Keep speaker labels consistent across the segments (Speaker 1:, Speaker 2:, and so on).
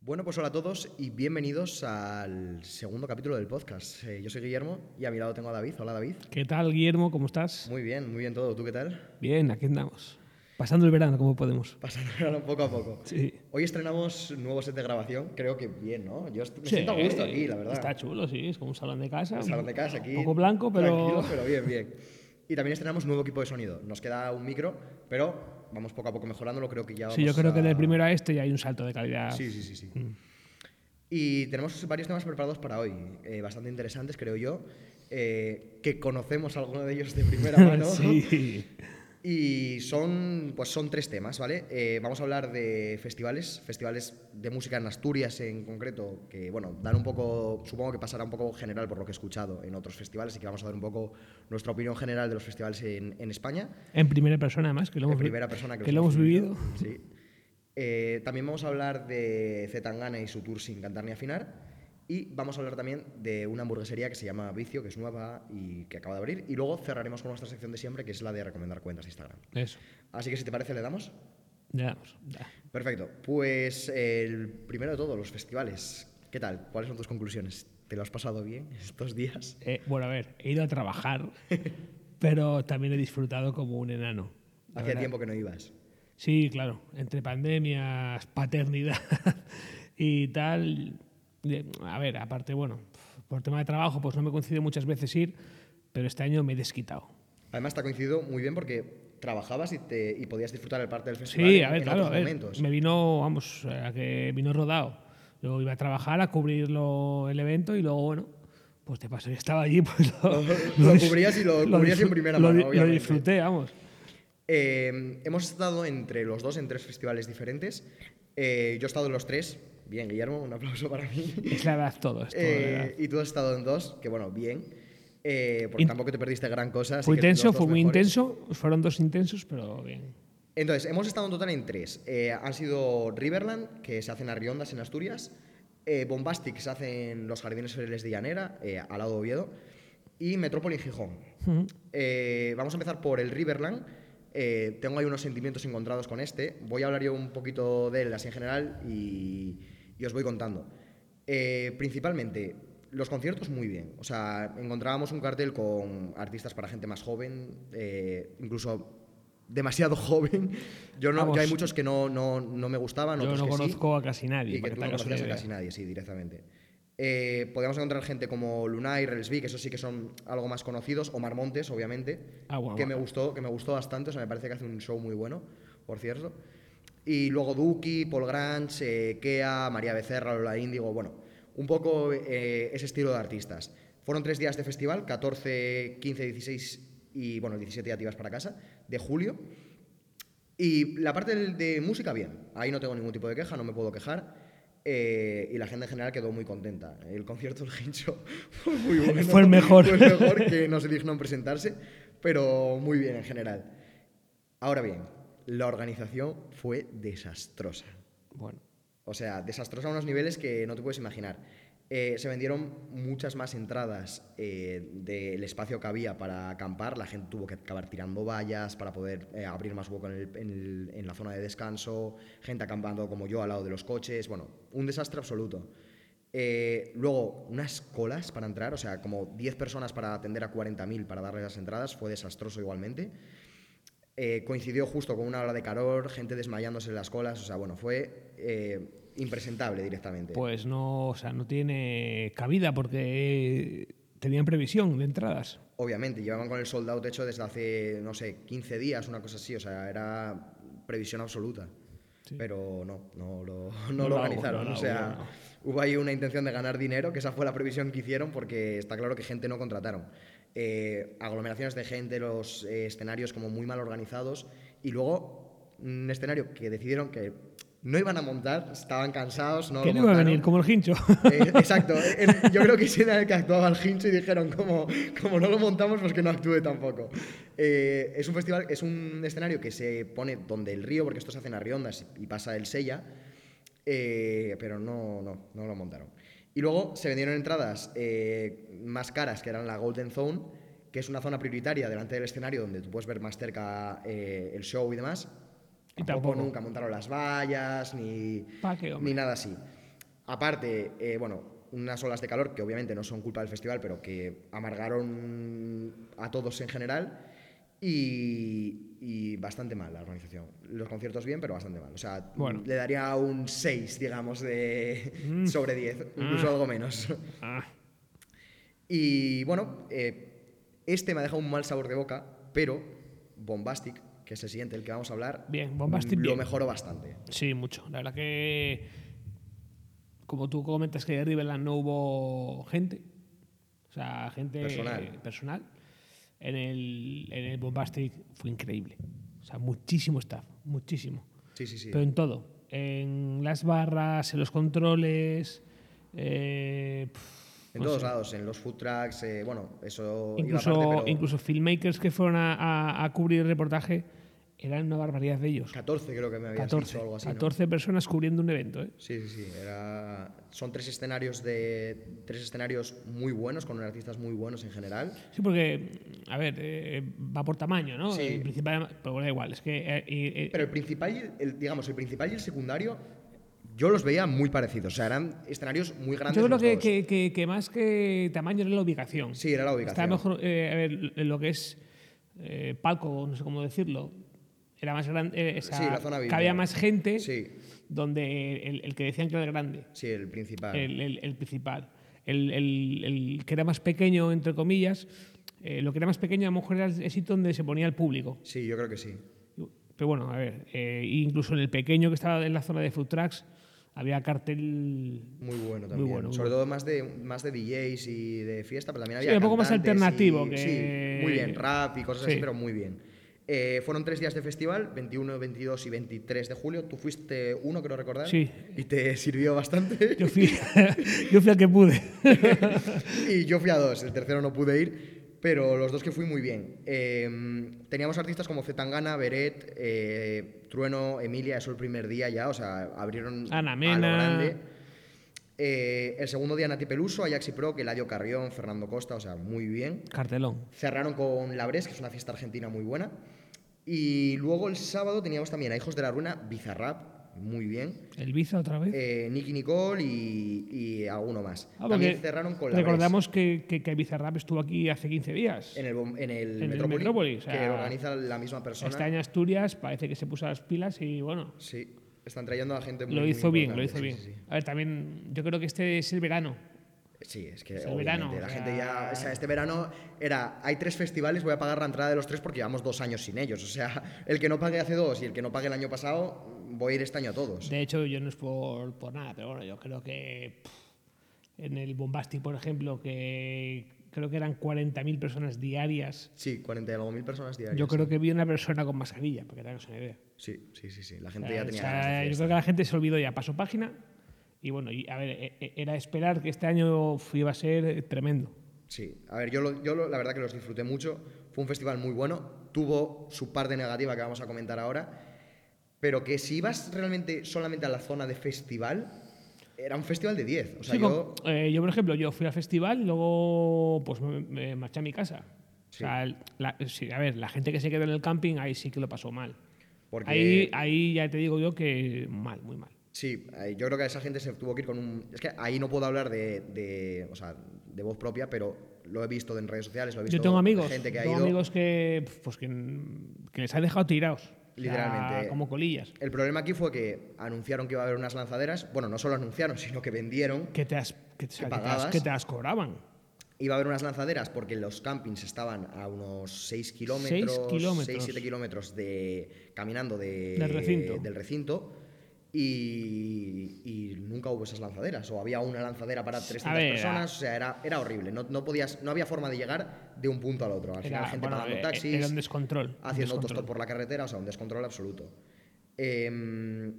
Speaker 1: Bueno, pues hola a todos y bienvenidos al segundo capítulo del podcast. Eh, yo soy Guillermo y a mi lado tengo a David. Hola David.
Speaker 2: ¿Qué tal, Guillermo? ¿Cómo estás?
Speaker 1: Muy bien, muy bien todo. ¿Tú qué tal?
Speaker 2: Bien, aquí andamos. Pasando el verano como podemos.
Speaker 1: Pasando el verano poco a poco.
Speaker 2: Sí.
Speaker 1: Hoy estrenamos nuevo set de grabación. Creo que bien, ¿no? Yo est- me
Speaker 2: Sí,
Speaker 1: siento a gusto aquí, la verdad.
Speaker 2: Está chulo, sí. Es como un salón de casa.
Speaker 1: El salón de casa aquí.
Speaker 2: Un poco blanco, pero...
Speaker 1: tranquilo, pero bien, bien. Y también estrenamos nuevo equipo de sonido. Nos queda un micro, pero vamos poco a poco mejorándolo. Creo que ya
Speaker 2: Sí, yo
Speaker 1: vamos
Speaker 2: creo que
Speaker 1: a-
Speaker 2: del primero a este ya hay un salto de calidad.
Speaker 1: Sí, sí, sí, sí. Y tenemos varios temas preparados para hoy, eh, bastante interesantes, creo yo, eh, que conocemos alguno de ellos de primera mano.
Speaker 2: Sí.
Speaker 1: Y son, pues son tres temas, ¿vale? Eh, vamos a hablar de festivales, festivales de música en Asturias en concreto, que, bueno, dan un poco, supongo que pasará un poco general por lo que he escuchado en otros festivales, y que vamos a dar un poco nuestra opinión general de los festivales en, en España,
Speaker 2: En primera persona, además, que lo hemos,
Speaker 1: en
Speaker 2: vi-
Speaker 1: primera persona que,
Speaker 2: lo hemos vivido.
Speaker 1: Sí. Eh, también vamos a hablar de Zetangana y su tour sin cantar ni afinar. Y vamos a hablar también de una hamburguesería que se llama Vicio, que es nueva y que acaba de abrir. Y luego cerraremos con nuestra sección de siempre, que es la de recomendar cuentas de Instagram.
Speaker 2: Eso.
Speaker 1: Así que si te parece, le damos.
Speaker 2: Ya damos. Ya.
Speaker 1: Perfecto. Pues eh, el primero de todo, los festivales. ¿Qué tal? ¿Cuáles son tus conclusiones? ¿Te lo has pasado bien estos días?
Speaker 2: Eh, bueno, a ver, he ido a trabajar, pero también he disfrutado como un enano. la
Speaker 1: Hacía
Speaker 2: verdad.
Speaker 1: tiempo que no ibas.
Speaker 2: Sí, claro, entre pandemias, paternidad y tal. de- A ver, aparte, bueno, por tema de trabajo, pues no me coincide muchas veces ir, pero este año me he desquitado.
Speaker 1: Además, te ha coincidido muy bien porque trabajabas y, te, y podías disfrutar el parte del festival
Speaker 2: Sí,
Speaker 1: en,
Speaker 2: a ver,
Speaker 1: en
Speaker 2: claro, a
Speaker 1: otros
Speaker 2: ver,
Speaker 1: momentos.
Speaker 2: me vino, vamos, a que vino rodado. Yo iba a trabajar, a cubrir lo- el evento y luego, bueno, pues te paso, yo estaba allí, pues lo,
Speaker 1: Lo cubrías y lo cubrías en
Speaker 2: disfr-
Speaker 1: primera
Speaker 2: lo
Speaker 1: mano,
Speaker 2: di- Lo
Speaker 1: obviamente.
Speaker 2: disfruté, vamos.
Speaker 1: Eh, hemos estado entre los dos en tres festivales diferentes. Eh, yo he estado en los tres. Bien, Guillermo, un aplauso para mí.
Speaker 2: Es la edad todo, es todo la edad.
Speaker 1: Eh, y tú has estado en dos, que bueno, bien. Eh, porque
Speaker 2: In-
Speaker 1: tampoco te perdiste gran cosa. así
Speaker 2: Fue
Speaker 1: que los
Speaker 2: intenso,
Speaker 1: dos
Speaker 2: fue muy
Speaker 1: mejores.
Speaker 2: intenso, fueron dos intensos, pero bien.
Speaker 1: Entonces, hemos estado en total en tres. Eh, han sido Riverland, que se hace en Arriondas, en Asturias. eh, Bombastic, que se hace en los Jardines Feriales de Llanera, eh, al lado de Oviedo. Y Metrópoli en Gijón. Eh, vamos a empezar por el Riverland. Eh, tengo ahí unos sentimientos encontrados con este. Voy a hablar yo un poquito de él así en general y, y os voy contando. Eh, principalmente, los conciertos muy bien. O sea, encontrábamos un cartel con artistas para gente más joven, eh, incluso demasiado joven. Yo no,
Speaker 2: Vamos.
Speaker 1: yo hay muchos que no, no, no me gustaban,
Speaker 2: Yo
Speaker 1: otros
Speaker 2: no
Speaker 1: que sí.
Speaker 2: conozco a casi nadie.
Speaker 1: Y que
Speaker 2: para
Speaker 1: tú
Speaker 2: que
Speaker 1: no
Speaker 2: te hagas una
Speaker 1: conocías a
Speaker 2: idea.
Speaker 1: casi nadie, sí, directamente. Eh, podíamos encontrar gente como Luna y Relsby, que esos sí que son algo más conocidos, Omar Montes, obviamente,
Speaker 2: Ah, bueno,
Speaker 1: que,
Speaker 2: bueno.
Speaker 1: Me gustó, que me gustó bastante, o sea, me parece que hace un show muy bueno, por cierto. Y luego Duki, Paul Grange, eh, Kea, María Becerra, Lola Índigo, bueno, un poco eh, ese estilo de artistas. Fueron tres días de festival, 14, 15, 16 y, bueno, 17 ya te ibas para casa, de julio. Y la parte del- de, música, bien. Ahí no tengo ningún tipo de queja, no me puedo quejar. Eh, y la gente en general quedó muy contenta. El concierto del Hincho fue muy bueno.
Speaker 2: Fue el mejor.
Speaker 1: Fue el mejor que no se dignó en presentarse, pero muy bien en general. Ahora bien, la organización fue desastrosa.
Speaker 2: Bueno,
Speaker 1: O sea, desastrosa a unos niveles que no te puedes imaginar. Eh, se vendieron muchas más entradas eh, del espacio que había para acampar. La gente tuvo que acabar tirando vallas para poder eh, abrir más hueco en, el- en el- en la zona de descanso. Gente acampando como yo al lado de los coches. Bueno, un desastre absoluto. Eh, luego, unas colas para entrar. O sea, como 10 personas para atender a 40.000 para darles las entradas. Fue desastroso igualmente. Eh, coincidió justo con una ola de calor, gente desmayándose en las colas, o sea, bueno, fue eh, impresentable directamente.
Speaker 2: pues no, o sea, no tiene cabida porque eh, tenían previsión de entradas.
Speaker 1: Obviamente, llevaban con el sold out hecho desde hace, no sé, 15 días, una cosa así, o sea, era previsión absoluta. Pero no, no lo, no
Speaker 2: No
Speaker 1: lo
Speaker 2: lo hago,
Speaker 1: organizaron.
Speaker 2: no lo
Speaker 1: o sea,
Speaker 2: hago,
Speaker 1: hubo ahí una intención de ganar dinero, que esa fue la previsión que hicieron, porque está claro que gente no contrataron. Eh, aglomeraciones de gente, los eh, escenarios como muy mal organizados, y luego un escenario que decidieron que no iban a montar, estaban cansados, no lo
Speaker 2: que no iba a
Speaker 1: montaron.
Speaker 2: venir como el hincho.
Speaker 1: Eh, exacto. El- yo creo que ese era el que actuaba el hincho y dijeron, como, como no lo montamos, pues que no actúe tampoco. Eh, es un festival, es un escenario que se pone donde el río, porque esto se hace en Arriondas y pasa el Sella, eh, pero no, no, no lo montaron. Y luego se vendieron entradas eh, más caras, que eran la Golden Zone, que es una zona prioritaria delante del escenario donde tú puedes ver más cerca eh, el show y demás.
Speaker 2: Y
Speaker 1: tampoco
Speaker 2: tampoco.
Speaker 1: nunca montaron las vallas ni,
Speaker 2: Pa' qué, hombre.
Speaker 1: ni nada así. Aparte, eh, bueno, unas olas de calor que obviamente no son culpa del festival, pero que amargaron a todos en general y, y bastante mal la organización. Los conciertos bien, pero bastante mal. O sea,
Speaker 2: Bueno. Mm.
Speaker 1: le daría un 6, digamos, de sobre 10, incluso algo menos.
Speaker 2: Ah,
Speaker 1: Y bueno, eh, este me ha dejado un mal sabor de boca, pero Bombastic, que es el siguiente, el que vamos a hablar,
Speaker 2: Bien, Bombastic,
Speaker 1: lo
Speaker 2: bien.
Speaker 1: mejoró bastante.
Speaker 2: sí, mucho. La verdad que, como tú comentas que de Riverland no hubo gente, o sea, gente
Speaker 1: Personal.
Speaker 2: personal, en el, en el Bombastic fue increíble. O sea, muchísimo staff, muchísimo.
Speaker 1: Sí, sí, sí.
Speaker 2: Pero en todo. En las barras, en los controles. eh, pf,
Speaker 1: en
Speaker 2: no
Speaker 1: todos
Speaker 2: sé.
Speaker 1: lados, en los food trucks, eh, bueno, eso iba
Speaker 2: Incluso,
Speaker 1: aparte, pero
Speaker 2: incluso filmmakers que fueron a, a- a cubrir el reportaje eran una barbaridad de ellos.
Speaker 1: 14 creo que me habías
Speaker 2: 14,
Speaker 1: dicho o algo así, ¿no?
Speaker 2: 14 personas cubriendo un evento. ¿eh?
Speaker 1: Sí, sí, sí. Era... Son tres escenarios de. tres escenarios muy buenos, con artistas muy buenos en general.
Speaker 2: Sí, porque, a ver, eh, va por tamaño, ¿no?
Speaker 1: Sí.
Speaker 2: El principal, pero bueno, da igual, es que. eh, eh, eh,
Speaker 1: Pero el principal, y el- el, digamos, el principal y el secundario, yo los veía muy parecidos. O sea, eran escenarios muy grandes.
Speaker 2: yo creo
Speaker 1: los
Speaker 2: que,
Speaker 1: dos.
Speaker 2: que- que- que más que tamaño era la ubicación.
Speaker 1: Sí, era la
Speaker 2: Está
Speaker 1: ubicación.
Speaker 2: mejor, eh, a ver, lo que es eh, palco, no sé cómo decirlo, era más grande, eh, esa-
Speaker 1: Sí, la zona VIP.
Speaker 2: cabía más gente,
Speaker 1: Sí,
Speaker 2: donde el, el que decían que era el grande,
Speaker 1: sí, el principal.
Speaker 2: el, el- el principal, el, el- el que era más pequeño, entre comillas, eh, lo que era más pequeño a lo mejor era el sitio donde se ponía el público.
Speaker 1: Sí, yo creo que sí.
Speaker 2: Pero bueno, a ver, eh, incluso en el pequeño que estaba en la zona de food trucks, había cartel
Speaker 1: Muy bueno también.
Speaker 2: bueno, muy
Speaker 1: Sobre
Speaker 2: bueno.
Speaker 1: todo más de, más de DJs y de fiesta, pero también
Speaker 2: Sí,
Speaker 1: había.
Speaker 2: un poco más
Speaker 1: cantantes
Speaker 2: alternativo
Speaker 1: y-
Speaker 2: que-
Speaker 1: Sí, muy bien, rap y cosas
Speaker 2: Sí.
Speaker 1: así, pero muy bien. Eh, fueron tres días de festival, 21, 22 y 23 de julio. Tú fuiste uno, creo recordar.
Speaker 2: Sí.
Speaker 1: Y te sirvió bastante.
Speaker 2: Yo fui, yo fui al que pude.
Speaker 1: y yo fui a dos, el tercero no pude ir, pero los dos que fui muy bien. Eh, teníamos artistas como Zetangana, Beret, eh, Trueno, Emilia, eso el primer día ya, o sea, abrieron
Speaker 2: Ana
Speaker 1: a lo
Speaker 2: Mena.
Speaker 1: grande. Eh, el segundo día Nati Peluso, Ajax y Pro, Eladio Carrión, Fernando Costa, o sea, muy bien.
Speaker 2: Cartelón.
Speaker 1: Cerraron con Labres, que es una fiesta argentina muy buena. Y luego el sábado teníamos también a Hijos de la Ruina, Bizarrap, muy bien.
Speaker 2: El Biza otra vez.
Speaker 1: Eh, Nicky Nicole y, y alguno más.
Speaker 2: Ah,
Speaker 1: también
Speaker 2: porque
Speaker 1: cerraron con Labres.
Speaker 2: Recordamos que, que, que Bizarrap estuvo aquí hace 15 días.
Speaker 1: En el, bom- en el
Speaker 2: el
Speaker 1: Metrópoli,
Speaker 2: Metrópoli, o sea, este
Speaker 1: que organiza la misma persona.
Speaker 2: Está en Asturias, parece que se puso las pilas y bueno,
Speaker 1: Sí, están trayendo a gente muy
Speaker 2: lo hizo
Speaker 1: muy
Speaker 2: bien, lo hizo
Speaker 1: importante,
Speaker 2: bien.
Speaker 1: sí, Sí,
Speaker 2: A ver, también yo creo que este es el verano.
Speaker 1: sí. Sí, es que
Speaker 2: Es el
Speaker 1: obviamente
Speaker 2: verano,
Speaker 1: la
Speaker 2: o
Speaker 1: gente
Speaker 2: sea-
Speaker 1: ya. O sea, este verano era. Hay tres festivales, voy a pagar la entrada de los tres porque llevamos dos años sin ellos. O sea, el que no pague hace dos y el que no pague el año pasado, voy a ir este año a todos.
Speaker 2: De hecho, yo no es por, por nada, pero bueno, yo creo que pff, en el Bombastic, por ejemplo, que creo que eran 40.000 personas diarias,
Speaker 1: Sí, 40 y algo mil personas diarias.
Speaker 2: yo creo que vi una persona con mascarilla, para que tengas una idea.
Speaker 1: Sí, sí, sí, sí. La
Speaker 2: O
Speaker 1: gente
Speaker 2: sea,
Speaker 1: ya tenía
Speaker 2: Eh, o sea,
Speaker 1: ganas de
Speaker 2: yo
Speaker 1: fiesta.
Speaker 2: creo que la gente se olvidó ya, pasó página y bueno, y, a ver, e- e- era esperar que este año uf, iba a ser eh, tremendo.
Speaker 1: Sí, a ver, yo, lo- yo lo- la verdad que los disfruté mucho. Fue un festival muy bueno. Tuvo su parte negativa que vamos a comentar ahora. Pero que si ibas realmente solamente a la zona de festival, era un festival de 10. O sea,
Speaker 2: Sí, con- eh,
Speaker 1: yo.
Speaker 2: yo... por ejemplo, yo fui al festival y luego pues me, me marché a mi casa. O sea, el- la- sí, a ver, la gente que se quedó en el camping ahí sí que lo pasó mal.
Speaker 1: Porque-
Speaker 2: Ahí, ahí ya te digo yo que mal, muy mal.
Speaker 1: Sí, eh, yo creo que esa gente se tuvo que ir con un. Es que ahí no puedo hablar de, de- o sea, de voz propia, pero lo he visto en redes sociales, lo he visto
Speaker 2: Yo tengo amigos,
Speaker 1: gente que ha
Speaker 2: tengo
Speaker 1: ido.
Speaker 2: amigos que, pues, que, que les ha dejado tirados. O sea,
Speaker 1: Literalmente.
Speaker 2: como colillas.
Speaker 1: El problema aquí fue que anunciaron que iba a haber unas lanzaderas. Bueno, no solo anunciaron, sino que vendieron
Speaker 2: Que te, las- que, o sea, que te las-
Speaker 1: pagabas.
Speaker 2: que te las cobraban.
Speaker 1: Iba a haber unas lanzaderas porque los campings estaban a unos 6
Speaker 2: Seis
Speaker 1: kilómetros,
Speaker 2: kilómetros.
Speaker 1: 6, 7 kilómetros de, caminando de-
Speaker 2: Del recinto.
Speaker 1: del recinto, y, y nunca hubo esas lanzaderas. O había una lanzadera para 300
Speaker 2: ver,
Speaker 1: personas, o sea, era, era horrible. No, no podías, no había forma de llegar de un punto al otro. Al final,
Speaker 2: Era,
Speaker 1: gente
Speaker 2: bueno,
Speaker 1: pagando
Speaker 2: eh,
Speaker 1: taxis,
Speaker 2: era un descontrol. un
Speaker 1: haciendo
Speaker 2: descontrol.
Speaker 1: autostop por la carretera, o sea, un descontrol absoluto. Em,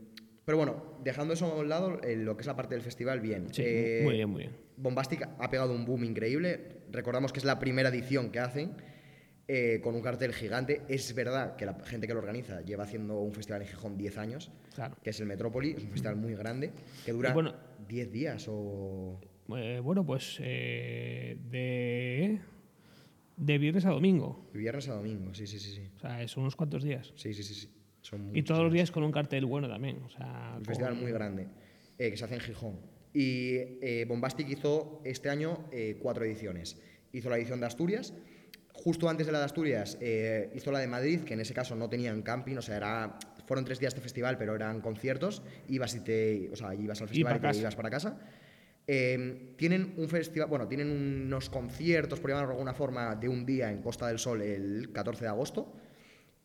Speaker 1: pero bueno, dejando eso a un lado, eh, lo que es la parte del festival, bien.
Speaker 2: Sí,
Speaker 1: Eh,
Speaker 2: muy bien, muy bien.
Speaker 1: Bombastic ha pegado un boom increíble. Recordamos que es la primera edición que hacen eh, con un cartel gigante. Es verdad que la gente que lo organiza lleva haciendo un festival en Gijón 10 años,
Speaker 2: Claro.
Speaker 1: que es el Metrópoli, es un festival muy grande, que dura
Speaker 2: Y bueno-
Speaker 1: 10 días o...
Speaker 2: Eh, bueno, pues eh, de, de viernes a domingo.
Speaker 1: Viernes a domingo, sí, sí, sí. Sí,
Speaker 2: O sea, son unos cuantos días.
Speaker 1: sí, sí, sí. sí. Son
Speaker 2: Y todos
Speaker 1: muchísimos.
Speaker 2: los días Ah, con un cartel bueno también. O sea,
Speaker 1: Un
Speaker 2: con-
Speaker 1: festival muy grande, eh, que se hace en Gijón. Y eh, Bombastic hizo este año eh, cuatro ediciones. Hizo la edición de Asturias, justo antes de la de Asturias eh, hizo la de Madrid, que en ese caso no tenían camping, o sea, era, fueron tres días de festival, pero eran conciertos, ibas, y te, o sea, ibas al festival y,
Speaker 2: para
Speaker 1: te
Speaker 2: casa.
Speaker 1: ibas para casa. Eh, tienen un festival, bueno, tienen unos conciertos, por llamarlo de alguna forma, de un día en Costa del Sol el 14 de agosto.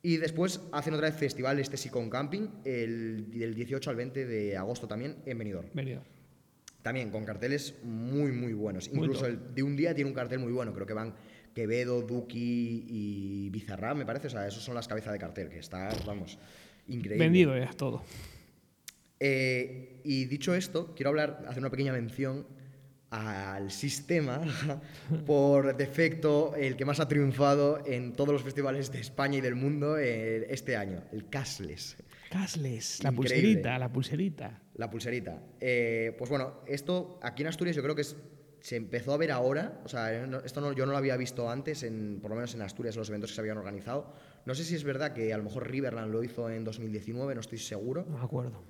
Speaker 1: Y después hacen otra vez festival, este sí con camping, el, del 18 al 20 de agosto también en Benidorm.
Speaker 2: Venido.
Speaker 1: También con carteles muy, muy buenos.
Speaker 2: Muy
Speaker 1: Incluso
Speaker 2: top.
Speaker 1: el de un día tiene un cartel muy bueno. Creo que van Quevedo, Duki y Bizarrap, me parece. O sea, esos son las cabezas de cartel, que está, vamos, increíble.
Speaker 2: Vendido ya todo.
Speaker 1: Eh, y dicho esto, quiero hablar, hacer una pequeña mención al sistema por defecto el que más ha triunfado en todos los festivales de España y del mundo eh, este año, el cashless.
Speaker 2: Casles, la
Speaker 1: Increíble.
Speaker 2: pulserita, la pulserita.
Speaker 1: La pulserita. Eh, pues bueno, esto aquí en Asturias yo creo que es- se empezó a ver ahora. O sea, eh, no- esto no- yo no lo había visto antes, en, por lo menos en Asturias, en los eventos que se habían organizado. No sé si es verdad que a lo mejor Riverland lo hizo en 2019, no estoy seguro.
Speaker 2: No me acuerdo.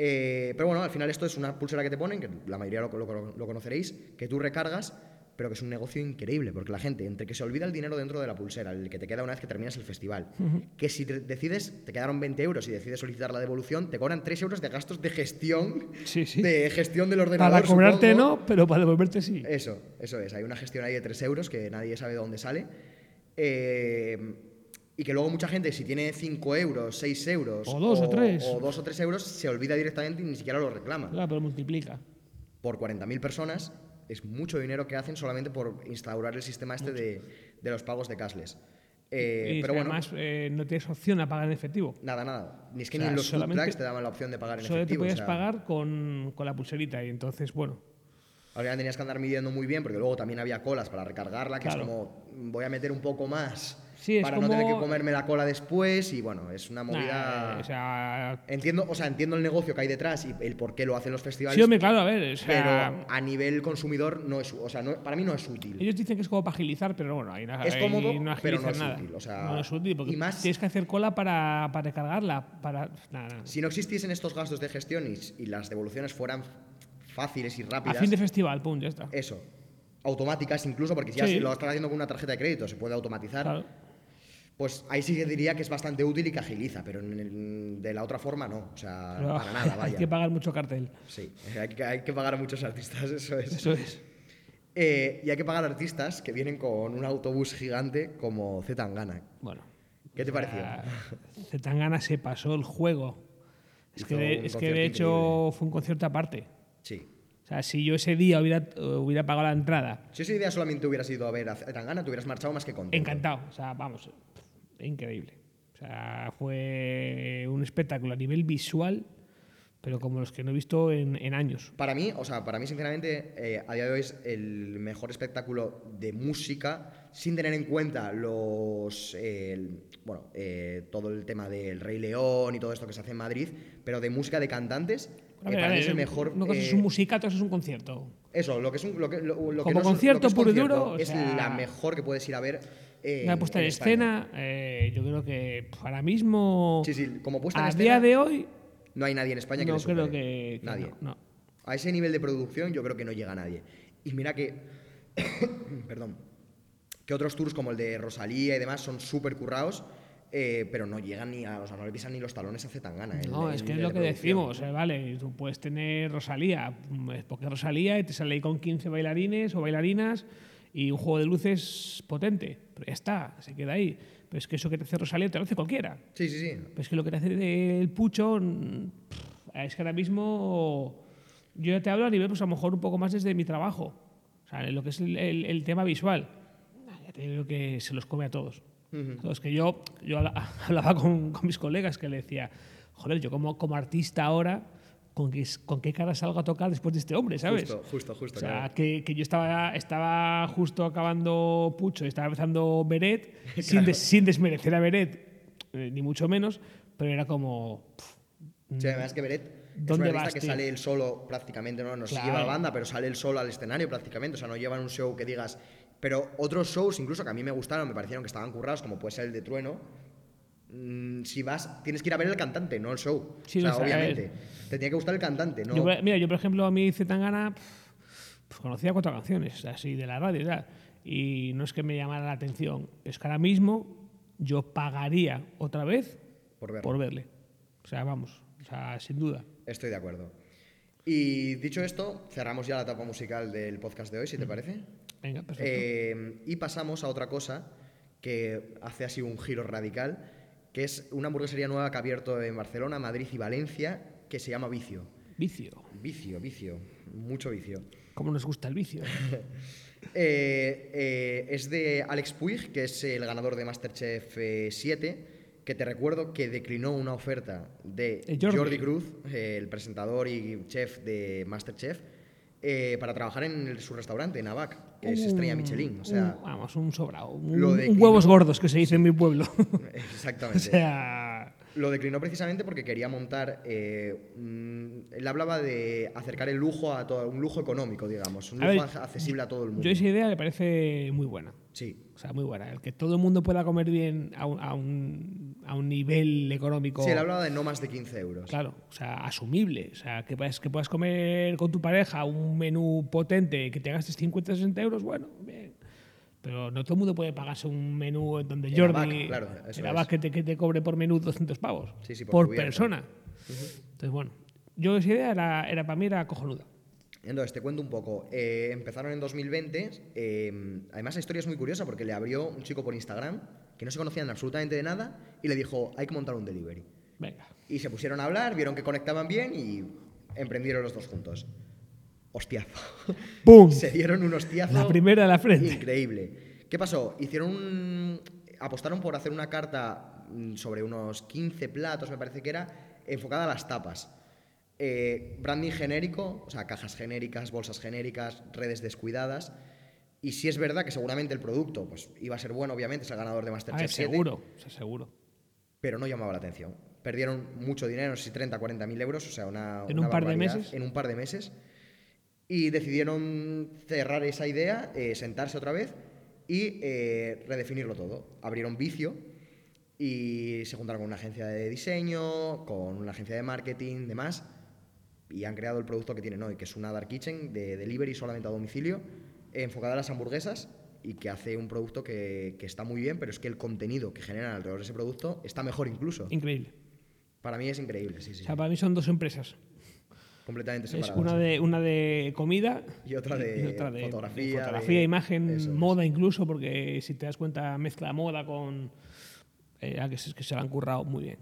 Speaker 1: Eh, pero bueno, al final esto es una pulsera que te ponen, que la mayoría lo, lo- lo conoceréis, que tú recargas, pero que es un negocio increíble, porque la gente, entre que se olvida el dinero dentro de la pulsera, el que te queda una vez que terminas el festival, que si te- decides, te quedaron 20 euros y decides solicitar la devolución, te cobran 3 euros de gastos de gestión,
Speaker 2: Sí, sí.
Speaker 1: de gestión del ordenador.
Speaker 2: Para cobrarte
Speaker 1: supongo. Eh,
Speaker 2: no, pero para devolverte sí.
Speaker 1: Eso, eso es. Hay una gestión ahí de 3 euros que nadie sabe de dónde sale. Eh, y que luego mucha gente, si tiene 5 euros, 6 euros.
Speaker 2: O dos o tres.
Speaker 1: O 2 o 3 euros, se olvida directamente y ni siquiera lo reclama.
Speaker 2: Claro, pero multiplica.
Speaker 1: Por 40.000 personas es mucho dinero que hacen solamente por instaurar el sistema este de, de los pagos de cashless. Eh,
Speaker 2: y
Speaker 1: pero bueno,
Speaker 2: además eh, no tienes opción a pagar en efectivo.
Speaker 1: nada, nada. Ni es que
Speaker 2: O sea,
Speaker 1: ni en los food
Speaker 2: solamente-
Speaker 1: trucks te daban la opción de pagar en
Speaker 2: Solo te
Speaker 1: efectivo. o
Speaker 2: podías
Speaker 1: sea,
Speaker 2: pagar con, con la pulserita y entonces, bueno,
Speaker 1: Al final tenías que andar midiendo muy bien, porque luego también había colas para recargarla, que
Speaker 2: Claro.
Speaker 1: es como mm, voy a meter un poco más
Speaker 2: Sí, es
Speaker 1: para no tener que
Speaker 2: como-
Speaker 1: comerme la cola después. Y bueno, es una movida.
Speaker 2: Nah, eh, o sea,
Speaker 1: Entiendo, o sea, entiendo el negocio que hay detrás y el por qué lo hacen los festivales.
Speaker 2: sí, hombre, claro, a ver, o sea,
Speaker 1: pero a nivel consumidor no es, o sea, no- para mí no es útil.
Speaker 2: ellos dicen que es como para agilizar, pero bueno, ahí, na-
Speaker 1: Es
Speaker 2: ahí
Speaker 1: cómodo,
Speaker 2: no agilizan
Speaker 1: pero no es
Speaker 2: nada.
Speaker 1: útil, o sea,
Speaker 2: no es útil porque
Speaker 1: y más-
Speaker 2: tienes que hacer cola para, para recargarla, para nada, nada.
Speaker 1: Si no existiesen estos gastos de gestión y, y las devoluciones fueran fáciles y
Speaker 2: a
Speaker 1: rápidas,
Speaker 2: fin de festival, pum, ya está.
Speaker 1: eso, automáticas incluso, porque ya
Speaker 2: Sí.
Speaker 1: si lo están haciendo con una tarjeta de crédito, se puede automatizar.
Speaker 2: Claro.
Speaker 1: Pues ahí sí que diría que es bastante útil y que agiliza, pero en el- de la otra forma no. O sea,
Speaker 2: Pero
Speaker 1: para nada,
Speaker 2: hay
Speaker 1: vaya.
Speaker 2: que pagar mucho cartel.
Speaker 1: Sí, hay que, hay que pagar a muchos artistas, eso es.
Speaker 2: Eso es.
Speaker 1: Eh, y hay que pagar a artistas que vienen con un autobús gigante como Z Tangana.
Speaker 2: Bueno.
Speaker 1: ¿Qué te pareció?
Speaker 2: Zetangana se pasó el juego. Es
Speaker 1: Hizo
Speaker 2: que, de,
Speaker 1: un
Speaker 2: es que de
Speaker 1: concierto
Speaker 2: hecho fue un concierto aparte.
Speaker 1: Sí.
Speaker 2: O sea, si yo ese día hubiera, hubiera pagado la entrada
Speaker 1: Si esa idea solamente hubieras ido a ver a Z Tangana, te hubieras marchado más que contento.
Speaker 2: Encantado, o sea, vamos, increíble. O sea, fue un espectáculo a nivel visual, pero como los que no he visto en, en años.
Speaker 1: Para mí, o sea, para mí sinceramente, eh, a día de hoy es el mejor espectáculo de música, sin tener en cuenta los, eh, el- bueno, eh, todo el tema del Rey León y todo esto que se hace en Madrid, pero de música de cantantes, eh,
Speaker 2: A ver, a
Speaker 1: para mí es
Speaker 2: ver,
Speaker 1: el mejor.
Speaker 2: Una cosa es
Speaker 1: eh,
Speaker 2: un musicato, eso es un concierto.
Speaker 1: eso, lo que es un, lo que, lo- lo que
Speaker 2: Como
Speaker 1: no es un-
Speaker 2: concierto
Speaker 1: lo que es
Speaker 2: puro y
Speaker 1: concierto,
Speaker 2: duro, o
Speaker 1: es
Speaker 2: sea,
Speaker 1: la mejor que puedes ir a ver. eh,
Speaker 2: Una puesta en,
Speaker 1: España.
Speaker 2: escena, eh, yo creo que pf, ahora mismo,
Speaker 1: Sí, sí, como puesta en
Speaker 2: a
Speaker 1: escena,
Speaker 2: día de hoy,
Speaker 1: no hay nadie en España que
Speaker 2: no
Speaker 1: le supere.
Speaker 2: creo que, que
Speaker 1: nadie.
Speaker 2: No, no.
Speaker 1: A ese nivel de producción yo creo que no llega nadie. Y mira que, perdón, que otros tours como el de Rosalía y demás son súper currados, eh, pero no llegan ni a, o sea, no le pisan ni los talones a Zetangana. ¿eh? el-
Speaker 2: No,
Speaker 1: el
Speaker 2: es que es
Speaker 1: nivel
Speaker 2: lo
Speaker 1: de
Speaker 2: que
Speaker 1: producción.
Speaker 2: decimos, eh, vale, tú puedes tener Rosalía, mm, es porque Rosalía y te sale ahí con 15 bailarines o bailarinas y un juego de luces potente, pero ya está, se queda ahí. Pero es que eso que te hace Rosalía te lo hace cualquiera.
Speaker 1: Sí, sí, sí.
Speaker 2: Pero es que lo que te hace el pucho, mm, pff, es que ahora mismo yo ya te hablo a nivel, pues a lo mejor un poco más desde mi trabajo, o sea, lo que es el, el- el tema visual. Ah, Ya te digo que se los come a todos. A todos que yo, yo habla- hablaba con, con mis colegas que le decía, joder, yo como, como artista ahora, ¿con qué, s- ¿con qué cara salgo a tocar después de este hombre, sabes?
Speaker 1: Justo, justo, justo.
Speaker 2: O sea,
Speaker 1: claro.
Speaker 2: que, que yo estaba, estaba justo acabando Pucho y estaba empezando Beret, sin, des- sin desmerecer a Beret, eh, ni mucho menos, pero era como. pff,
Speaker 1: Sí, además que Beret es un
Speaker 2: Mm. ¿Dónde
Speaker 1: artista
Speaker 2: vas,
Speaker 1: que
Speaker 2: tío?
Speaker 1: sale el solo prácticamente, no, no se
Speaker 2: Claro.
Speaker 1: lleva la banda, pero sale el solo al escenario prácticamente, o sea, no llevan un show que digas... Pero otros shows incluso que a mí me gustaron, me parecieron que estaban currados, como puede ser el de Trueno, mm, si vas, tienes que ir a ver el cantante, no el show.
Speaker 2: Sí,
Speaker 1: o sea,
Speaker 2: no sé, a
Speaker 1: obviamente.
Speaker 2: ver.
Speaker 1: Te tiene que gustar el cantante, ¿no?
Speaker 2: Yo, por- mira, yo por ejemplo a mí Zetangana pues conocía cuatro canciones así de la radio y tal. Y no es que me llamara la atención, es que ahora mismo yo pagaría otra vez
Speaker 1: Por verlo.
Speaker 2: por verle. O sea, vamos, o sea, sin duda.
Speaker 1: Estoy de acuerdo. Y dicho esto, cerramos ya la etapa musical del podcast de hoy, si
Speaker 2: Mm.
Speaker 1: te parece.
Speaker 2: Venga, perfecto.
Speaker 1: Eh, y pasamos a otra cosa que hace así un giro radical, que es una hamburguesería nueva que ha abierto en Barcelona, Madrid y Valencia, que se llama Vicio.
Speaker 2: Vicio.
Speaker 1: Vicio, vicio, mucho vicio.
Speaker 2: ¿Cómo nos gusta el vicio?
Speaker 1: Eh, eh, es de Alex Puig, que es el ganador de Masterchef eh, 7, que te recuerdo que declinó una oferta de
Speaker 2: Eh,
Speaker 1: Jordi,
Speaker 2: Jordi.
Speaker 1: Cruz, eh, el presentador y chef de Masterchef, eh, para trabajar en el- su restaurante, en Abac, que es estrella
Speaker 2: Un-
Speaker 1: Michelin. O sea,
Speaker 2: un- vamos, un sobrado. Un,
Speaker 1: lo
Speaker 2: un
Speaker 1: declinó.
Speaker 2: huevos gordos que se dice en mi pueblo. o
Speaker 1: exactamente.
Speaker 2: sea,
Speaker 1: Lo declinó precisamente porque quería montar. eh, mm, él hablaba de acercar el lujo a todo, un lujo económico, digamos, un
Speaker 2: A
Speaker 1: lujo
Speaker 2: ver,
Speaker 1: ac- accesible a todo el mundo.
Speaker 2: yo esa idea me parece muy buena.
Speaker 1: Sí,
Speaker 2: O sea, muy buena. El que todo el mundo pueda comer bien a un, a un, a un nivel económico.
Speaker 1: sí, él hablaba de no más de 15 euros.
Speaker 2: Claro, o sea, asumible. O sea, que puedas, que puedas comer con tu pareja un menú potente que te gastes 50, 60 euros, bueno, bien. Pero no todo el mundo puede pagarse un menú en donde
Speaker 1: En
Speaker 2: Jordi.
Speaker 1: Abac, claro, eso
Speaker 2: en
Speaker 1: es.
Speaker 2: Abac que te, que te cobre por menú 200 pavos.
Speaker 1: Sí, sí, por
Speaker 2: por
Speaker 1: cubierto.
Speaker 2: persona. Entonces, bueno, yo esa idea era, era para mí era cojonuda.
Speaker 1: Entonces, te cuento un poco. Eh, empezaron en 2020. eh, además, la historia es muy curiosa porque le abrió un chico por Instagram que no se conocían absolutamente de nada y le dijo: hay que montar un delivery.
Speaker 2: Venga.
Speaker 1: Y se pusieron a hablar, vieron que conectaban bien y emprendieron los dos juntos. Hostiazo.
Speaker 2: ¡Pum!
Speaker 1: se dieron un hostiazo.
Speaker 2: La primera de la frente.
Speaker 1: Increíble. ¿Qué pasó? Hicieron un- apostaron por hacer una carta mm, sobre unos 15 platos, me parece que era, enfocada a las tapas. Eh, branding genérico, o sea, cajas genéricas, bolsas genéricas, redes descuidadas. Y sí es verdad que seguramente el producto pues, iba a ser bueno, obviamente, es el ganador de
Speaker 2: A
Speaker 1: Masterchef
Speaker 2: ver,
Speaker 1: 7,
Speaker 2: Ah, seguro, o sea, seguro.
Speaker 1: pero no llamaba la atención. Perdieron mucho dinero, no sé si 30, 40 mil euros, o sea, una.
Speaker 2: ¿En
Speaker 1: una
Speaker 2: un par de
Speaker 1: barbaridad,
Speaker 2: meses?
Speaker 1: En un par de meses. Y decidieron cerrar esa idea, eh, sentarse otra vez y eh, redefinirlo todo. Abrieron vicio y se juntaron con una agencia de diseño, con una agencia de marketing, demás. Y han creado el producto que tienen hoy, que es una dark kitchen de delivery solamente a domicilio, eh, enfocada a las hamburguesas y que hace un producto que, que está muy bien, pero es que el contenido que generan alrededor de ese producto está mejor incluso.
Speaker 2: Increíble.
Speaker 1: Para mí es increíble, sí, sí.
Speaker 2: O sea, para mí son dos empresas.
Speaker 1: completamente
Speaker 2: Es
Speaker 1: separado.
Speaker 2: una de, una de comida
Speaker 1: Y otra de fotografía,
Speaker 2: de
Speaker 1: de-
Speaker 2: fotografía, imagen,
Speaker 1: eso es.
Speaker 2: moda incluso, porque si te das cuenta mezcla moda con... eh, ah, que, se, que se la han currado muy bien.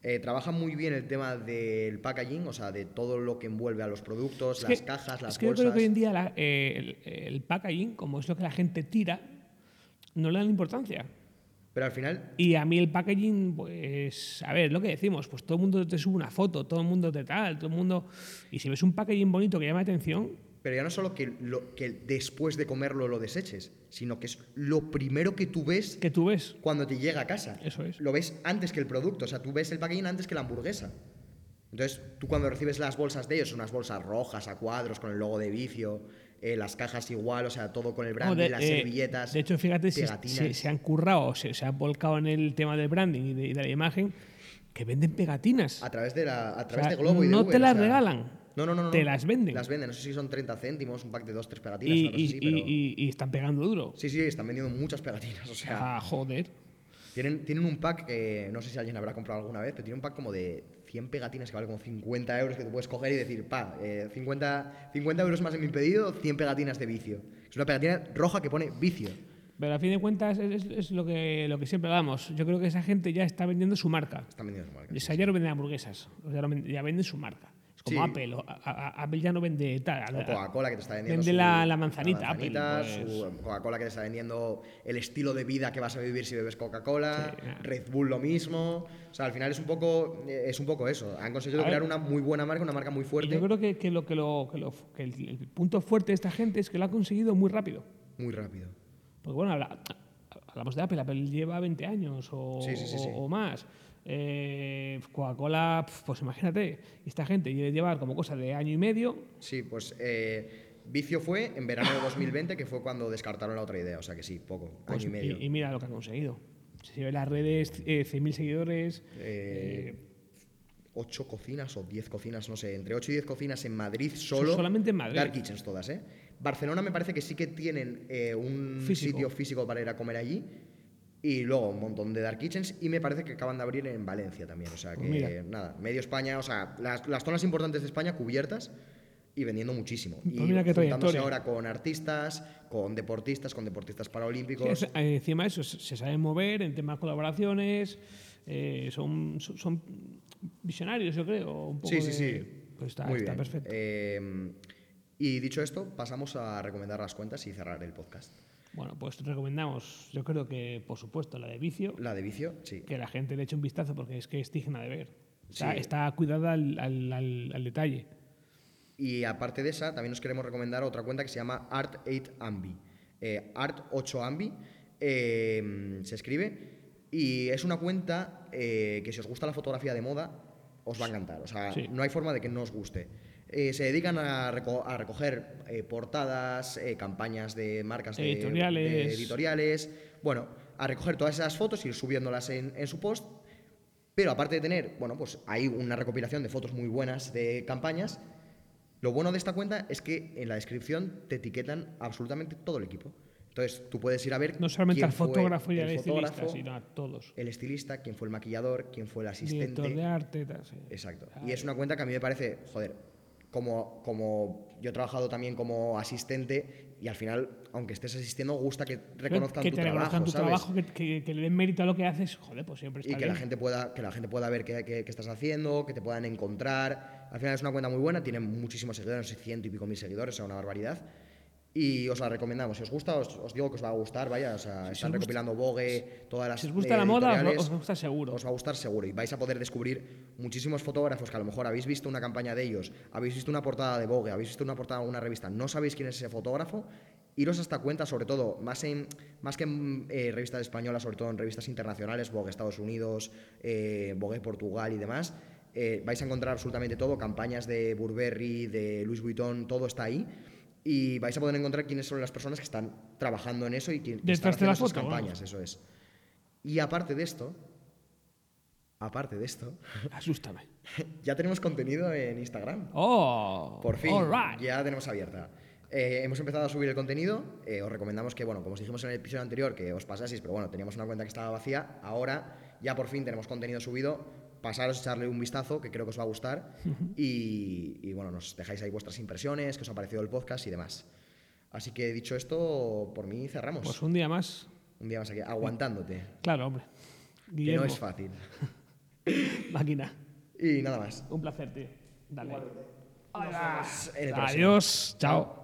Speaker 1: Eh, trabaja muy bien el tema del packaging, o sea, de todo lo que envuelve a los productos,
Speaker 2: Es
Speaker 1: las
Speaker 2: que-
Speaker 1: cajas, las
Speaker 2: es que
Speaker 1: bolsas.
Speaker 2: yo creo que hoy en día la- eh, el, el packaging, como es lo que la gente tira, no le dan importancia.
Speaker 1: Pero al final,
Speaker 2: Y a mí el packaging, pues, a ver, lo que decimos, pues todo el mundo te sube una foto, todo el mundo te tal, todo el mundo... Y si ves un packaging bonito que llama la atención,
Speaker 1: pero ya no solo que, lo, que después de comerlo lo deseches, sino que es lo primero que tú ves
Speaker 2: que tú ves,
Speaker 1: cuando te llega a casa.
Speaker 2: Eso es.
Speaker 1: Lo ves antes que el producto, o sea, tú ves el packaging antes que la hamburguesa. Entonces, tú cuando recibes las bolsas de ellos, unas bolsas rojas a cuadros con el logo de vicio, eh, las cajas igual, o sea, todo con el
Speaker 2: No,
Speaker 1: branding,
Speaker 2: de-
Speaker 1: las
Speaker 2: eh,
Speaker 1: servilletas.
Speaker 2: De hecho, fíjate, si
Speaker 1: pegatinas.
Speaker 2: se, se han currado, se, se han volcado en el tema del branding y de, y de la imagen, que venden pegatinas.
Speaker 1: A través de, la, a través
Speaker 2: sea,
Speaker 1: de Globo y de
Speaker 2: no
Speaker 1: Uber,
Speaker 2: te
Speaker 1: o
Speaker 2: las
Speaker 1: sea,
Speaker 2: regalan,
Speaker 1: No, no, no, no.
Speaker 2: te las venden.
Speaker 1: Las venden. No sé si son 30 céntimos, un pack de 2, 3 pegatinas.
Speaker 2: y,
Speaker 1: una cosa
Speaker 2: y-
Speaker 1: así, pero-
Speaker 2: y- y- y están pegando duro.
Speaker 1: Sí, sí, están vendiendo muchas pegatinas. O sea,
Speaker 2: Ah, joder.
Speaker 1: tienen, tienen un pack que no sé si alguien habrá comprado alguna vez, pero tiene un pack como de 100 pegatinas que vale como 50 euros que tú puedes coger y decir, pa, eh, 50, 50 euros más en mi pedido, 100 pegatinas de vicio. Es una pegatina roja que pone vicio.
Speaker 2: Pero a fin de cuentas es, es- es lo, que, lo que siempre hablamos. Yo creo que esa gente ya está vendiendo su marca.
Speaker 1: Están vendiendo su marca.
Speaker 2: O sea, ya no venden hamburguesas, o sea, ya, no venden, ya venden su marca. Es como
Speaker 1: Sí.
Speaker 2: Apple, o a- a- Apple ya no vende tal.
Speaker 1: O Coca-Cola que te está vendiendo.
Speaker 2: Vende
Speaker 1: su-
Speaker 2: la- la manzanita, Apple, pues.
Speaker 1: su Coca-Cola que te está vendiendo el estilo de vida que vas a vivir si bebes Coca-Cola.
Speaker 2: Sí, ah.
Speaker 1: Red Bull lo mismo. O sea, al final es un poco, eh, es un poco eso. Han conseguido
Speaker 2: A ver.
Speaker 1: crear una muy buena marca, una marca muy
Speaker 2: Y
Speaker 1: fuerte,
Speaker 2: yo creo que, que lo, que, lo, que, lo- que el, el punto fuerte de esta gente es que lo ha conseguido muy rápido.
Speaker 1: muy rápido.
Speaker 2: Porque Pues bueno, habla- hablamos de Apple, Apple lleva 20 años o,
Speaker 1: Sí, sí, sí,
Speaker 2: o-
Speaker 1: sí.
Speaker 2: o más. Eh, Coca-Cola, pf, pues imagínate, esta gente lleva como cosa de año y medio.
Speaker 1: Sí, pues eh, Vicio fue en verano de 2020, que fue cuando descartaron la otra idea. O sea que sí, poco,
Speaker 2: pues,
Speaker 1: año y medio.
Speaker 2: y mira lo que ha conseguido. O se ve en las redes, eh, 100.000 seguidores.
Speaker 1: Eh,
Speaker 2: eh,
Speaker 1: ocho cocinas o 10 cocinas, no sé, entre 8 y 10 cocinas en Madrid solo.
Speaker 2: solamente en Madrid.
Speaker 1: Dark Kitchens todas, ¿eh? Barcelona me parece que sí que tienen eh, un
Speaker 2: Físico.
Speaker 1: sitio físico para ir a comer allí. Y luego un montón de Dark Kitchens. Y me parece que acaban de abrir en Valencia también. O sea que,
Speaker 2: Pues mira.
Speaker 1: nada, medio España, o sea, las, las zonas importantes de España cubiertas y vendiendo muchísimo. y
Speaker 2: Pues mira qué
Speaker 1: juntándose
Speaker 2: trayectoria.
Speaker 1: ahora con artistas, con deportistas, con deportistas
Speaker 2: Sí,
Speaker 1: paralímpicos.
Speaker 2: es- eh, encima de eso, se se saben mover en temas de colaboraciones, eh, son, son- son visionarios, yo creo. Un poco
Speaker 1: Sí, sí,
Speaker 2: de-
Speaker 1: sí.
Speaker 2: Pues está,
Speaker 1: Muy
Speaker 2: está
Speaker 1: bien.
Speaker 2: perfecto.
Speaker 1: Eh, y dicho esto, pasamos a recomendar las cuentas y cerrar el podcast.
Speaker 2: Bueno, pues te recomendamos, yo creo que, por supuesto, la de vicio,
Speaker 1: La de vicio, sí.
Speaker 2: que la gente le eche un vistazo porque es que es digna de ver. Está,
Speaker 1: Sí.
Speaker 2: está cuidada al, al- al- al detalle.
Speaker 1: Y aparte de esa, también os queremos recomendar otra cuenta que se llama Art8Ambi. Eh, Art8Ambi eh, se escribe. Y es una cuenta eh, que si os gusta la fotografía de moda, os va a encantar. O sea,
Speaker 2: Sí.
Speaker 1: no hay forma de que no os guste. Eh, se dedican a, reco- a recoger eh, portadas, eh, campañas de marcas de-
Speaker 2: Editoriales.
Speaker 1: de editoriales. Bueno, a recoger todas esas fotos y ir subiéndolas en, en su post. Pero aparte de tener, bueno, pues hay una recopilación de fotos muy buenas de campañas. Lo bueno de esta cuenta es que en la descripción te etiquetan absolutamente todo el equipo. Entonces tú puedes ir a ver.
Speaker 2: No solamente
Speaker 1: quién
Speaker 2: al
Speaker 1: fue
Speaker 2: fotógrafo y
Speaker 1: el
Speaker 2: al estilista,
Speaker 1: fotógrafo,
Speaker 2: sino a todos.
Speaker 1: el estilista, quién fue el maquillador, quién fue el asistente.
Speaker 2: Director de arte, tal, sí.
Speaker 1: Exacto.
Speaker 2: Ah,
Speaker 1: Y es una cuenta que a mí me parece, joder, como, como yo he trabajado también como asistente y al final, aunque estés asistiendo, gusta que reconozcan
Speaker 2: que
Speaker 1: tu
Speaker 2: te
Speaker 1: trabajo,
Speaker 2: reconozcan tu
Speaker 1: ¿sabes?
Speaker 2: trabajo, que, que- que le den mérito a lo que haces, joder, pues siempre está
Speaker 1: y que
Speaker 2: bien.
Speaker 1: la, gente pueda, que la gente pueda ver qué, qué- qué estás haciendo, que te puedan encontrar. Al final es una cuenta muy buena, tiene muchísimos seguidores, no sé, ciento y pico mil seguidores, o sea, una barbaridad. Y os la recomendamos. Si os gusta, os, os digo que os va a gustar, vaya. O sea,
Speaker 2: os
Speaker 1: están
Speaker 2: gusta-
Speaker 1: recopilando Vogue, todas las.
Speaker 2: si os gusta la
Speaker 1: eh,
Speaker 2: moda, os va-
Speaker 1: editoriales.
Speaker 2: os gusta seguro.
Speaker 1: Os va a gustar seguro. Y vais a poder descubrir muchísimos fotógrafos que a lo mejor habéis visto una campaña de ellos, habéis visto una portada de Vogue, habéis visto una portada de una revista, no sabéis quién es ese fotógrafo. Iros hasta cuenta, sobre todo, más, en, más que en eh, revistas españolas, sobre todo en revistas internacionales, Vogue Estados Unidos, eh, Vogue Portugal y demás, eh, vais a encontrar absolutamente todo, campañas de Burberry, de Louis Vuitton, todo está ahí. Y vais a poder encontrar quiénes son las personas que están trabajando en eso y quién- que están
Speaker 2: Detrás
Speaker 1: haciendo
Speaker 2: de la
Speaker 1: esas
Speaker 2: foto, vamos.
Speaker 1: campañas, eso es. Y aparte de esto, aparte de esto,
Speaker 2: Asústame.
Speaker 1: ya tenemos contenido en Instagram.
Speaker 2: ¡Oh!
Speaker 1: Por fin,
Speaker 2: all right.
Speaker 1: ya tenemos abierta. Eh, hemos empezado a subir el contenido. eh, os recomendamos que, bueno, como os dijimos en el episodio anterior, que os pasaseis, pero bueno, teníamos una cuenta que estaba vacía. Ahora ya por fin tenemos contenido subido. Pasaros, echarle un vistazo, que creo que os va a gustar. y, y, bueno, nos dejáis ahí vuestras impresiones, qué os ha parecido el podcast y demás. Así que dicho esto, por mí cerramos.
Speaker 2: Pues un día más.
Speaker 1: un día más aquí, aguantándote,
Speaker 2: Claro, hombre.
Speaker 1: que no
Speaker 2: Guillermo,
Speaker 1: es fácil.
Speaker 2: máquina.
Speaker 1: Y nada más.
Speaker 2: Un placer, tío. Dale.
Speaker 1: Nos vemos en el próximo.
Speaker 2: Adiós. Chao.